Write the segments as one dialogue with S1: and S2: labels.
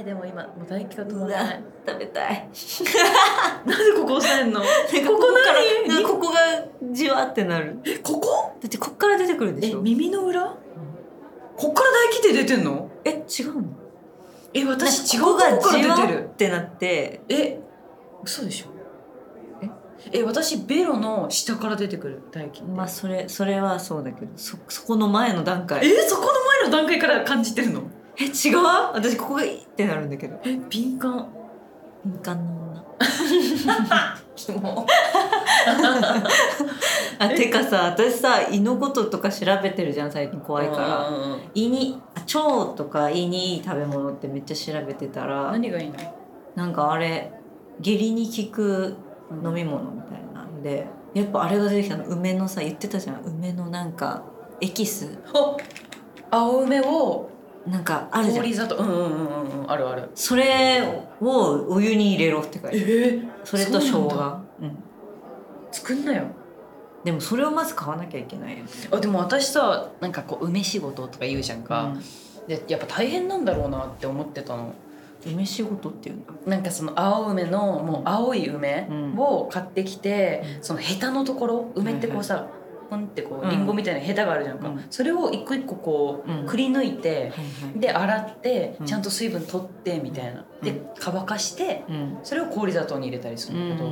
S1: いでも今もう唾液が止まらない
S2: 食べたい
S1: なんでここ押さえんのこ
S2: なんか
S1: こ
S2: ここから
S1: 何
S2: なんかここがじわってなる
S3: えここ
S2: だってこっから出てくるんで
S1: え
S2: しょ
S1: 耳の裏
S3: こっから唾液って出てんの
S2: え違うの
S3: え私違う
S2: なん
S3: とこ
S2: かここ
S3: か
S2: がじ
S3: ら
S2: わ
S3: 出てる
S2: ってなって
S3: え嘘でしょええ私ベロの下から出てくる唾液って
S2: まあそれそれはそうだけどそそこの前の段階
S3: えそこの前の段階から感じてるの
S2: え違う私ここがいいってなるんだけど
S3: え敏感
S2: 敏感な女
S3: キモ
S2: あ
S3: え
S2: てかさ私さ胃のこととか調べてるじゃん最近怖いから
S3: ら
S2: 胃にあ腸とか胃にいい食べ物ってめっちゃ調べてたら
S3: 何がいいの
S2: なんかあれ下痢に効く飲み物みたいなんでやっぱあれが出てきたの梅のさ言ってたじゃん梅のなんかエキス
S3: あ青梅を
S2: なんかあるじゃん
S3: 氷砂糖うんうんうんうんうんあるある
S2: それをお湯に入れろって書いてある
S3: え
S2: それと生
S3: そうなん
S2: 姜うん
S3: 作んなよ
S2: でもそれをまず買わなきゃいけないよね
S3: あでも私さなんかこう梅仕事とか言うじゃんか、でやっぱ大変なんだろうなって思ってたの
S2: うん梅仕事っていうんだ
S3: なんかその青梅のもう青い梅
S2: うん
S3: を買ってきて、
S2: う
S3: そのヘタのところ梅ってこうさ、ポンってこうリンゴみたいなヘタがあるじゃんか、
S2: うん
S3: それを一個一個こ
S2: うん
S3: うくり抜いて、
S2: はいはい
S3: で洗って
S2: うん
S3: ちゃんと水分取ってみたいな、
S2: う
S3: で
S2: ん
S3: 乾かして
S2: うん
S3: それを氷砂糖に入れたりす
S2: う
S3: るんだ
S2: ん
S3: け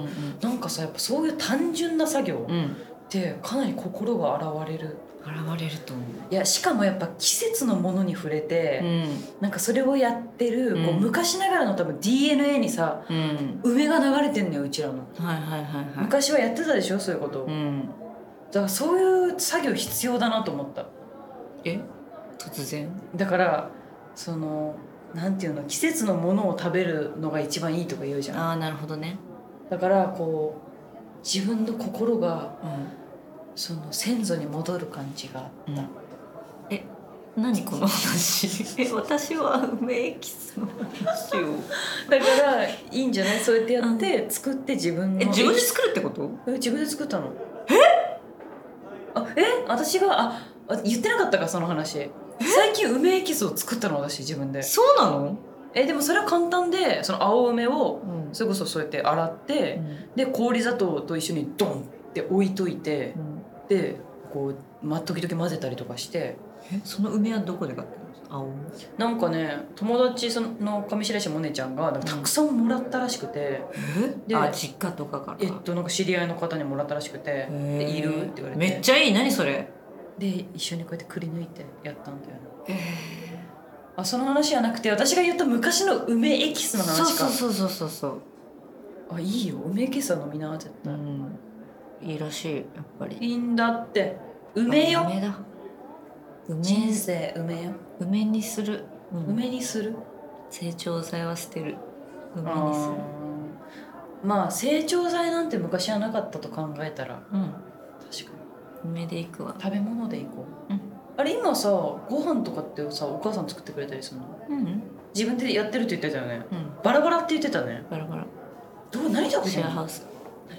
S3: ど、なんかさやっぱそういう単純な作業
S2: うんうん
S3: ってかなり心が洗われる
S2: 現れると思う
S3: いやしかもやっぱ季節のものに触れて、
S2: う
S3: なんかそれをやってる、こ
S2: う
S3: うん昔ながらの多分 DNA にさ
S2: んうん
S3: 梅が流れてんのようちらの、
S2: はいはいはいはい
S3: 昔はやってたでしょそういうこと、
S2: う
S3: だ
S2: ん
S3: からそういう作業必要だなと思った
S2: え突然
S3: だからそのなんていうの季節のものを食べるのが一番いいとか言うじゃん
S2: ああなるほどね
S3: だからこう自分の心が
S2: うん
S3: その先祖に戻る感じがあった、
S2: うん何この話 え私は梅エキスの話を
S3: だからいいんじゃないそうやってやって、作って自分 の
S2: え自分で作るってこと
S3: え自分で作ったのえあえ私がああ言ってなかったかその話最近梅エキスを作ったの私自分で
S2: そうなの
S3: えでもそれは簡単でその青梅を
S2: うん
S3: それこそそうやって洗って、
S2: う
S3: で氷砂糖と一緒にドンって置いといて
S2: ん
S3: でこう、ま、時々混ぜたりとかして
S2: えその梅はどこで買ったの青
S3: なんかね友達その上白石萌音ちゃんがなんかたくさんもらったらしくて、
S2: え
S3: で
S2: あ実家とかから
S3: えっとなんか知り合いの方にもらったらしくて「
S2: へ
S3: で
S2: ー
S3: いる?」って言われて
S2: めっちゃいい何それ
S3: で一緒にこうやってくり抜いてやったんだよね
S2: え
S3: あその話じゃなくて私が言った昔の梅エキスの
S2: そう
S3: 話か
S2: そうそうそうそうそう
S3: あいいよ梅エキスは飲みな絶
S2: う
S3: 対、
S2: んいいらしいやっぱり
S3: いいんだって梅
S2: あ
S3: よ
S2: 梅だ梅
S3: 人生梅よ
S2: 梅にする、うん
S3: 梅にする
S2: 成長剤は捨てる梅
S3: あ
S2: にする
S3: ーまあ成長剤なんて昔はなかったと考えたら
S2: うん
S3: 確かに
S2: 梅でいくわ
S3: 食べ物でいこう、
S2: うん
S3: あれ今さご飯とかってさお母さん作ってくれたりするの
S2: うん
S3: 自分でやってるって言ってたよね
S2: うん
S3: バラバラって言ってたね
S2: バラバラ
S3: どう何食べ
S2: シ
S3: て
S2: ェ
S3: ん
S2: ア
S3: の
S2: ハウス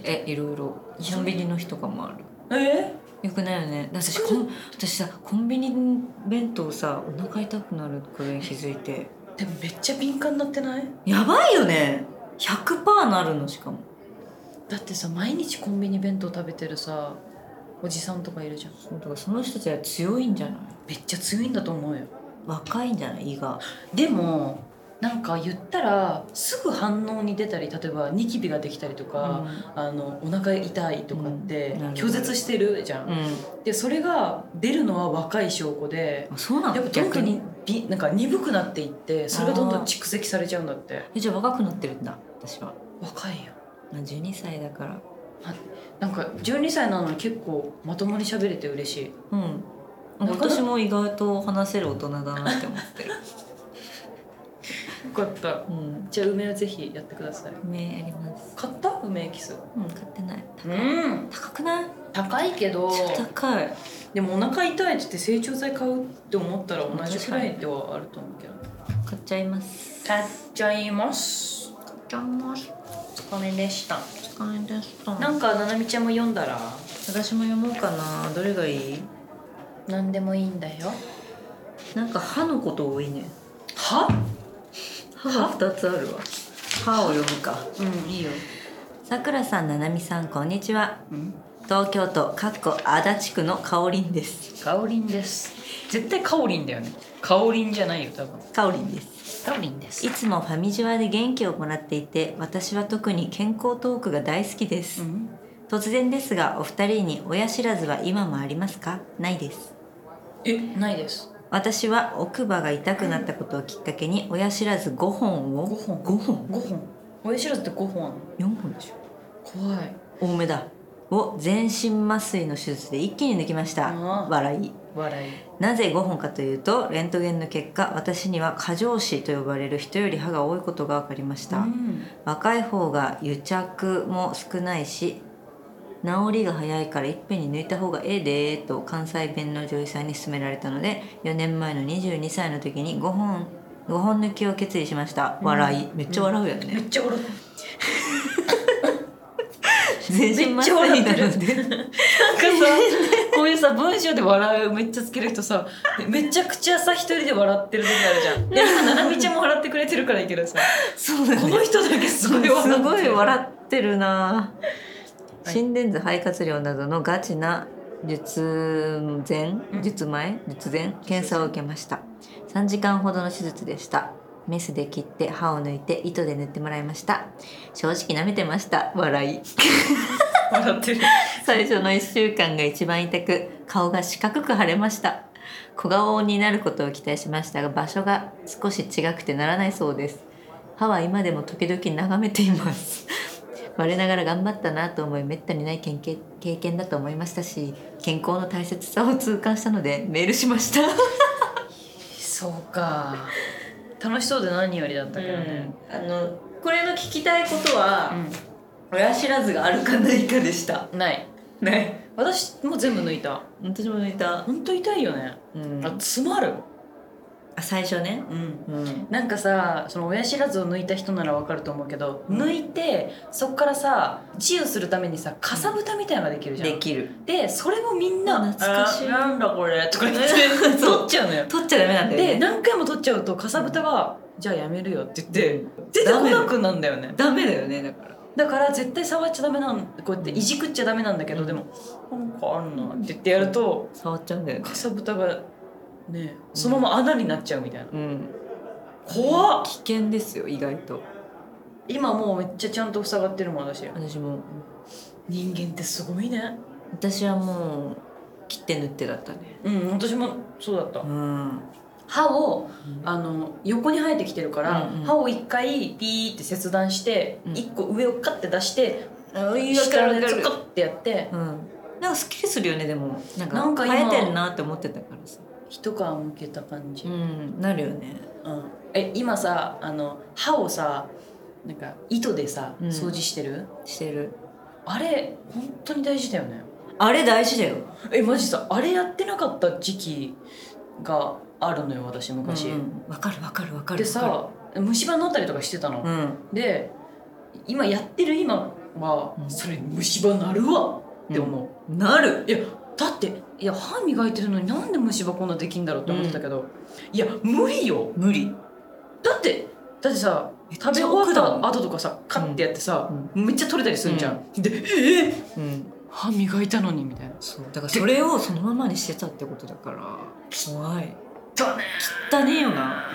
S2: えいろいろコンビニの日とかもある
S3: え
S2: よくないよねだって私コン私さコンビニ弁当さお腹痛くなることに気づいて
S3: ー、でもめっちゃ敏感になってない
S2: やばいよね100%なるのしかも
S3: だってさ毎日コンビニ弁当食べてるさおじさんとかいるじゃん
S2: そうだからその人たちは強いんじゃない
S3: めっちゃ強いんだと思うよ
S2: 若いんじゃない胃が
S3: でもなんか言ったらすぐ反応に出たり例えばニキビができたりとか、あのお腹痛いとかって
S2: うんなるほど
S3: 拒絶してるじゃん、
S2: うん、
S3: でそれが出るのは若い証拠で
S2: あそうな
S3: やっ
S2: の
S3: ぱどんど
S2: 逆に
S3: んびなんか鈍くなっていってそれがどんどん蓄積されちゃうんだって
S2: えじゃあ若くなってるんだ私は、
S3: 若いよ
S2: まあ、12歳だから
S3: なんか12歳なのに結構まともに喋れて嬉しい
S2: うん
S3: なかなか
S2: 私も意外と話せる大人だなって思って る、
S3: よかった
S2: うん、
S3: じゃあ梅をぜひやってください
S2: 梅あります
S3: 買った梅エキス
S2: うん買ってない高い、
S3: ん
S2: 高くない
S3: 高いけど
S2: 高い
S3: でもお腹痛いってって成長剤買うって思ったら同じくらいではあると思うけど
S2: 買っちゃいます
S3: 買っちゃいます
S2: 買っちゃいます
S3: お疲れでした
S2: 使いでした
S3: なんかななみちゃんも読んだら
S2: 私も読もうかなどれがいい
S3: 何でもいいんだよ
S2: なんか歯のこと多いね
S3: は
S1: 歯二つあるわ
S2: 歯を呼ぶか
S3: うんいいよ、
S2: さくらさんななみさんこんにちは
S3: うん、
S2: 東京都かっこ足立区のかおりんです
S3: カオリンです絶対カオリンだよねカオリンじゃないよ多分
S2: かおりんです
S3: カオリンです
S2: いつもファミジュアで元気をもらっていて私は特に健康トークが大好きです、
S3: うん
S2: 突然ですがお二人に親知らずは今もありますかないです
S3: えないです
S2: 私は奥歯が痛くなったことをきっかけに親知らず5本を
S3: 五本
S2: 5本
S3: 五本親知らずって五本あるの
S2: 4本でしょ
S3: 怖い
S2: 多めだを全身麻酔の手術で一気に抜きました
S3: あー
S2: 笑い
S3: 笑い
S2: なぜ5本かというとレントゲンの結果私には過剰歯と呼ばれる人より歯が多いことが分かりました、
S3: うん
S2: 若い方が癒着も少ないし治りが早いからいっぺんに抜いた方がええでーと関西弁の女優さんに勧められたので4年前の22歳の時に5本5本抜きを決意しました笑い、めっちゃ笑うよ
S3: め
S2: ね、
S3: っちゃ笑っ
S2: 全身麻酔みたいなので
S3: なんかさこういうさ文章で笑うめっちゃつける人さめちゃくちゃさ一人で笑ってる時あるじゃんでさななみちゃんも笑ってくれてるからいいけどさ
S2: そうだね
S3: この人だけす
S2: す
S3: ごい笑ってる
S2: ごい笑ってるな、
S3: はい
S2: 心電図肺活量などのガチな術前
S3: うん
S2: 術前術前検査を受けました3時間ほどの手術でしたメスで切って歯を抜いて糸で塗ってもらいました正直舐めてました笑い
S3: 笑ってる
S2: 最初の1週間が一番痛く顔が四角く腫れました小顔になることを期待しましたが場所が少し違くてならないそうです歯は今でも時々眺めています我ながら頑張ったなと思いめったにない経験経験だと思いましたし健康の大切さを痛感したのでメールしました
S3: そうか楽しそうで何よりだったけどね
S2: あのこれの聞きたいことは
S3: うん、
S2: 親知らずがあるかないかでした
S3: ない
S2: ね
S3: 私も全部抜いた
S2: 私も抜いた、
S3: 本当痛いよね、
S2: うん
S3: あ詰まる
S2: あ最初ね
S3: うん
S2: うん
S3: なんかさその親知らずを抜いた人ならわかると思うけど、
S2: うん
S3: 抜いてそっからさ治癒するためにさかさぶたみたいなのができるじゃん、
S2: できる
S3: でそれもみんな
S2: 懐かしい
S3: あなんだこれ」とか言って
S2: そう
S3: 取っちゃうのよ。
S2: 取っちゃダメなんだよね
S3: で何回も取っちゃうとかさぶたが「じゃあやめるよ」って言って出てこなくなんだよね
S2: ダメだよねだから
S3: だから絶対触っちゃダメなんこうやっていじくっちゃダメなんだけど、
S2: うん
S3: でも「なんかあるな」って言ってやると
S2: 触っちゃうんだよね
S3: かさぶたがねそのまま穴になっちゃうみたいな
S2: うん
S3: 怖っ
S2: 危険ですよ意外と
S3: 今もうめっちゃちゃんと塞がってるもん私
S2: 私も
S3: 人間ってすごいね
S2: 私はもう切って塗ってだったね
S3: うん私もそうだった
S2: うん
S3: 歯をあの横に生えてきてるから、
S2: うんうん
S3: 歯を一回ピーって切断して
S2: うん
S3: 一、個上をカッて出して
S2: あいいわ
S3: 下
S2: か
S3: の
S2: るわ
S3: や
S2: か
S3: つ
S2: る
S3: カッてやって
S2: うんなんかすっきりするよねでもなんか
S3: なんか今
S2: 生えてんなって思ってたからさ
S3: 一皮むけた感じ、
S2: うんなるよね
S3: うんえ今さあの歯をさなんか糸でさ
S2: うん
S3: 掃除してる、
S2: してる
S3: あれ本当に大事だよね
S2: あれ大事だよ
S3: えマジさあれやってなかった時期があるのよ私昔、
S2: うんわかるわかるわかる
S3: で
S2: わ
S3: さ虫歯になったりとかしてたの、
S2: かるうん
S3: で今やってる今は、
S2: うん
S3: それ虫歯なるわって思う、
S2: なる
S3: いやだっていや歯磨いてるのになんで虫歯こんなできんだろうって思ってたけど、いや無理よ
S2: 無理
S3: だってだってさ
S2: めっちゃ
S3: 食べ終わっ
S2: 奥だもん
S3: た後とかさカッてやってさ、めっちゃ取れたりするじゃん、でえー
S2: うん
S3: 歯磨いたのにみたいな
S2: そうだからそれをそのままにしてたってことだから怖い
S3: だね
S2: 汚ねえよな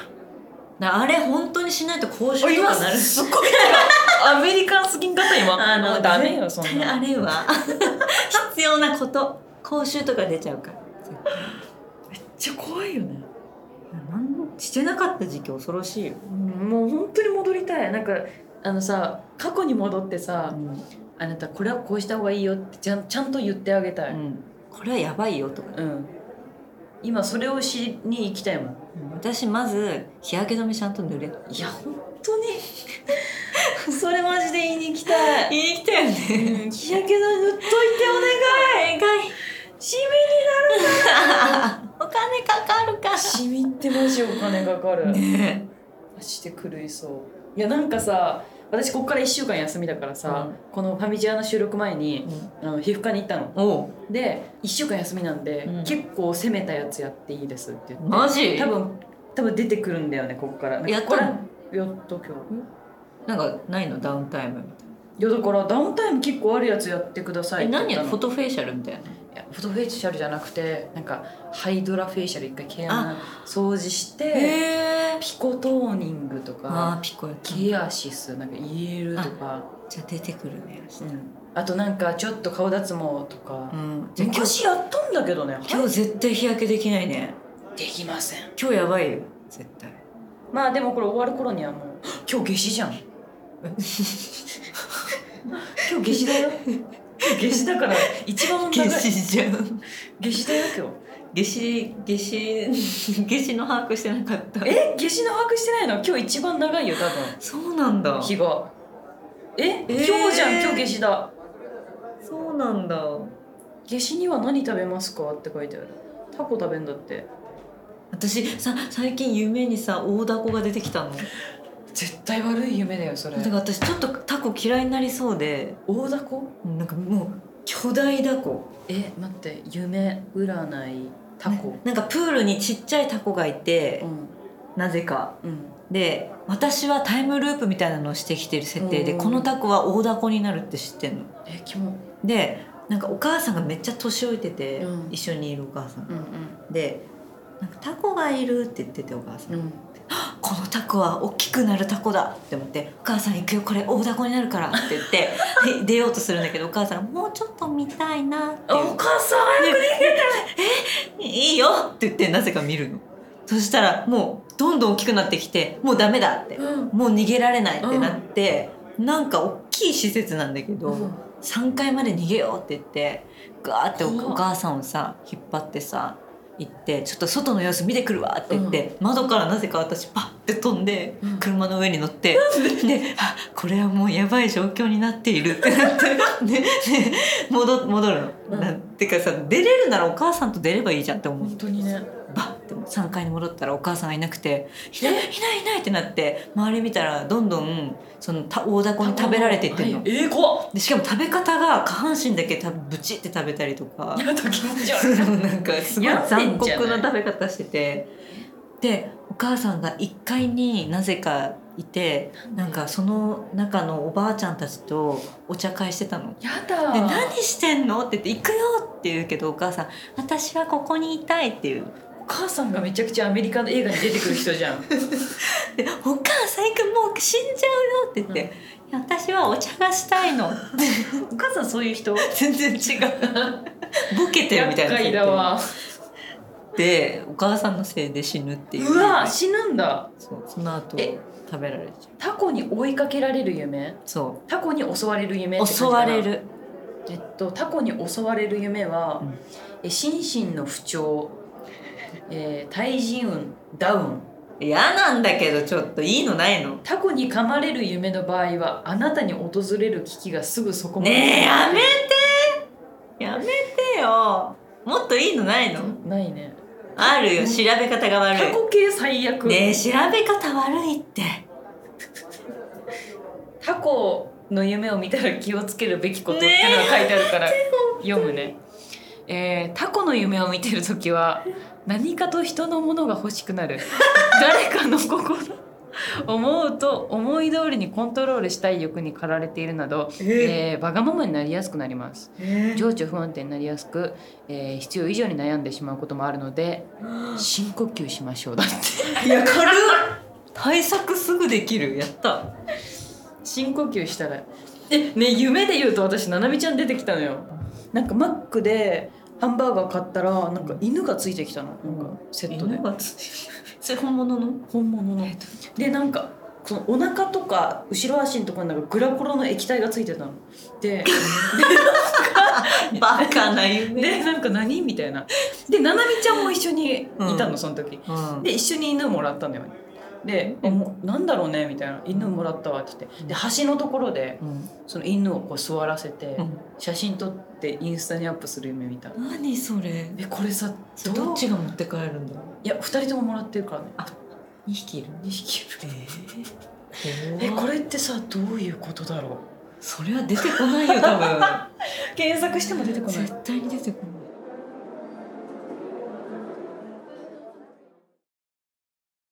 S2: だからあれ本当にしないと口臭と
S3: 今
S2: かなる
S3: すっごいアメリカンすぎんかった今
S2: あの
S3: ダメよそ
S2: 絶
S3: ん
S2: 対あ
S3: な
S2: れは 必要なこと口臭とか出ちゃうから絶対
S3: めっちゃ怖いよね
S2: なんしてなかった時期恐ろしいよ、
S3: もう本当に戻りたいなんかあのさ過去に戻ってさ、
S2: うん
S3: あなたこれはこうした方がいいよってちゃんちゃんと言ってあげたい、
S2: これはやばいよとか、
S3: うん、今それをしに行きたいもん
S2: 私まず日焼け止めちゃんと塗れ
S3: いや本当に それマジで言いに行きたい
S2: 言いに来たよね
S3: うん日焼け止め塗っといてお願い シ
S2: お金かかるか
S3: ミシミってマジお金かかる
S2: ね
S3: マジで狂いそういやなんかさ私ここから1週間休みだからさ、このファミチアの収録前にあの皮膚科に行ったの
S2: おう
S3: で1週間休みなんで、
S2: うん
S3: 結構攻めたやつやっていいですって言って
S2: マジ
S3: 多分多分出てくるんだよねここから
S2: やっ
S3: これ
S2: たの
S3: やった今日
S2: なんかないのダウンタイムみたい
S3: いやだからダウンタイム結構あるやつやってくださ
S2: ないえ
S3: って言っ
S2: 何
S3: た
S2: や
S3: の
S2: フォトフェイシャルみたいない
S3: やフォトフェイシャルじゃなくてなんかハイドラフェイシャル一回毛穴掃除して
S2: へえ
S3: ピコトーニングと
S2: あ
S3: か
S2: ーピコやったじ
S3: ケアシスなんかイエールとか
S2: ゃあ出てくるね
S3: あ,、うん、あとなんかちょっと顔脱毛とか、
S2: うんじゃあ今日
S3: 昔やったんだけどね
S2: 今日絶対日焼けできないね
S3: できません
S2: 今日やばいよ絶対
S3: まあでもこれ終わる頃にはもう今日夏至じゃん今日夏至だ よ今日夏至だから一番長い
S2: 夏至じゃん
S3: 夏至だよ今日
S2: 夏至夏至夏至の把握してなかった
S3: え夏至の把握してないの今日一番長いよ多分
S2: そうなんだ
S3: 日がえ、
S2: えー
S3: 今日じゃん今日夏至だ
S2: そうなんだ
S3: 夏至には何食べますかって書いてあるタコ食べんだって
S2: 私さ最近夢にさ大ダコが出てきたの
S3: 絶対悪い夢だよそれ
S2: だから私ちょっとタコ嫌いになりそうで
S3: 大ダコ
S2: なんかもう巨大ダコ
S3: え待って夢占いタコ、
S2: ななんかプールにちっちゃいタコがいて、
S3: うん
S2: なぜか
S3: うん
S2: で私はタイムループみたいなのをしてきてる設定で
S3: うん
S2: このタコは大ダコになるって知ってんの
S3: えキモ
S2: でなんかお母さんがめっちゃ年老いてて、
S3: うん
S2: 一緒にいるお母さん
S3: う
S2: が、
S3: ん
S2: でなんかタコがいるって言っててお母さん、
S3: うんうん
S2: このタコは大きくなるタコだって思って「お母さん行くよこれ大ダコになるから」って言って で出ようとするんだけどお母さんが「もうちょっと見たいな」って言
S3: お
S2: う
S3: 母さん早くね
S2: 「いいよ」って言ってなぜか見るのそしたらもうどんどん大きくなってきて「もうダメだ」って
S3: うん
S2: 「もう逃げられない」ってなって、なんか大きい施設なんだけど、
S3: うん
S2: 3階まで逃げようって言ってガーってお
S3: 怖っ
S2: お母さんをさ引っ張ってさ行ってちょっと外の様子見てくるわって言って、窓からなぜか私パッて飛んで、
S3: うん
S2: 車の上に乗って、であこれはもうやばい状況になっているってな ってでで戻戻るの。
S3: うん
S2: なんてかさ出れるならお母さんと出ればいいじゃんって思う
S3: 本当にね
S2: バッて3階に戻ったらお母さんがいなくて「いないいないいない」ってなって周り見たらどんどんそのた大凧に食べられていってるの
S3: は。えー、怖っ
S2: でしかも食べ方が下半身だけたブチって食べたりとか
S3: やだ気持ち
S2: そ
S3: 悪い
S2: のなんかすごい
S3: やって
S2: 残
S3: んじゃない
S2: 酷な食べ方しててでお母さんが1階になぜかいてなんかその中のおばあちゃんたちとお茶会してたの。
S3: やだ
S2: で何してんのって言って「行くよ」って言うけどお母さん「私はここにいたい」っていう
S3: お母さんがめちゃくちゃアメリカの映画に出てくる人じゃん
S2: で「お母さん行くもう死んじゃうよ」って言って「いや私はお茶がしたいの」
S3: お 母さんそういう人
S2: 全然違うボケてるみたいな
S3: 厄介だわ
S2: でお母さんのせいで死ぬっていう
S3: うわ死ぬんだ
S2: そうその後
S3: え
S2: 食べられちゃう
S3: タコに追いかけられる夢
S2: そ
S3: タコに襲われる夢っ
S2: う
S3: て感じ
S2: 襲
S3: かな
S2: われる
S3: えっとタコに襲われる夢は、
S2: うん
S3: え心身の不調、えー、対人運ダウン
S2: 嫌なんだけどちょっといいのないの
S3: タコに噛まれる夢の場合はあなたに訪れる危機がすぐそこまで
S2: ねえやめてやめてよもっといいのないの
S3: ないね
S2: あるよ調べ方が悪
S3: タコ系最悪
S2: いねえ調べ方悪いって
S3: タコの夢を見たら気をつけるべきことっていうのが書いてあるから読むね。えー、タコの夢を見てるときは何かと人のものが欲しくなる誰かの心思うと思い通りにコントロールしたい欲に駆られているなど、えーわがままになりやすくなります情緒不安定になりやすく、えー必要以上に悩んでしまうこともあるので深呼吸しましょうだって
S2: いや軽っ対策すぐできるやった
S3: 深呼吸したらえね夢で言うと私ななみちゃん出てきたのよなんかマックでハンバーガー買ったらなんか犬がついてきたのなんかセットで
S2: 犬がつそれ本物の
S3: 本物のでなんかそのお腹とか後ろ足のところになんかグラコロの液体がついてたの で
S2: バカな夢
S3: でなんか何みたいなでななみちゃんも一緒にいたの、
S2: うん
S3: その時
S2: うん
S3: で一緒に犬もらったのよで「あもうなんだろうね」みたいな「犬もらったわ」って言ってで橋のところで
S2: うん
S3: その犬をこう座らせて、
S2: うん
S3: 写真撮ってインスタにアップする夢見た
S2: 何それ
S3: えこれさどう
S2: どっちが持って帰るんだ
S3: いや2人とももらってるからね
S2: 2匹いる
S3: 2匹いる
S2: え
S3: えこ
S2: れ
S3: れってさどういうことだろ
S2: それは出てこないよ多分
S3: う検索しても出てこない
S2: 絶対に出てこない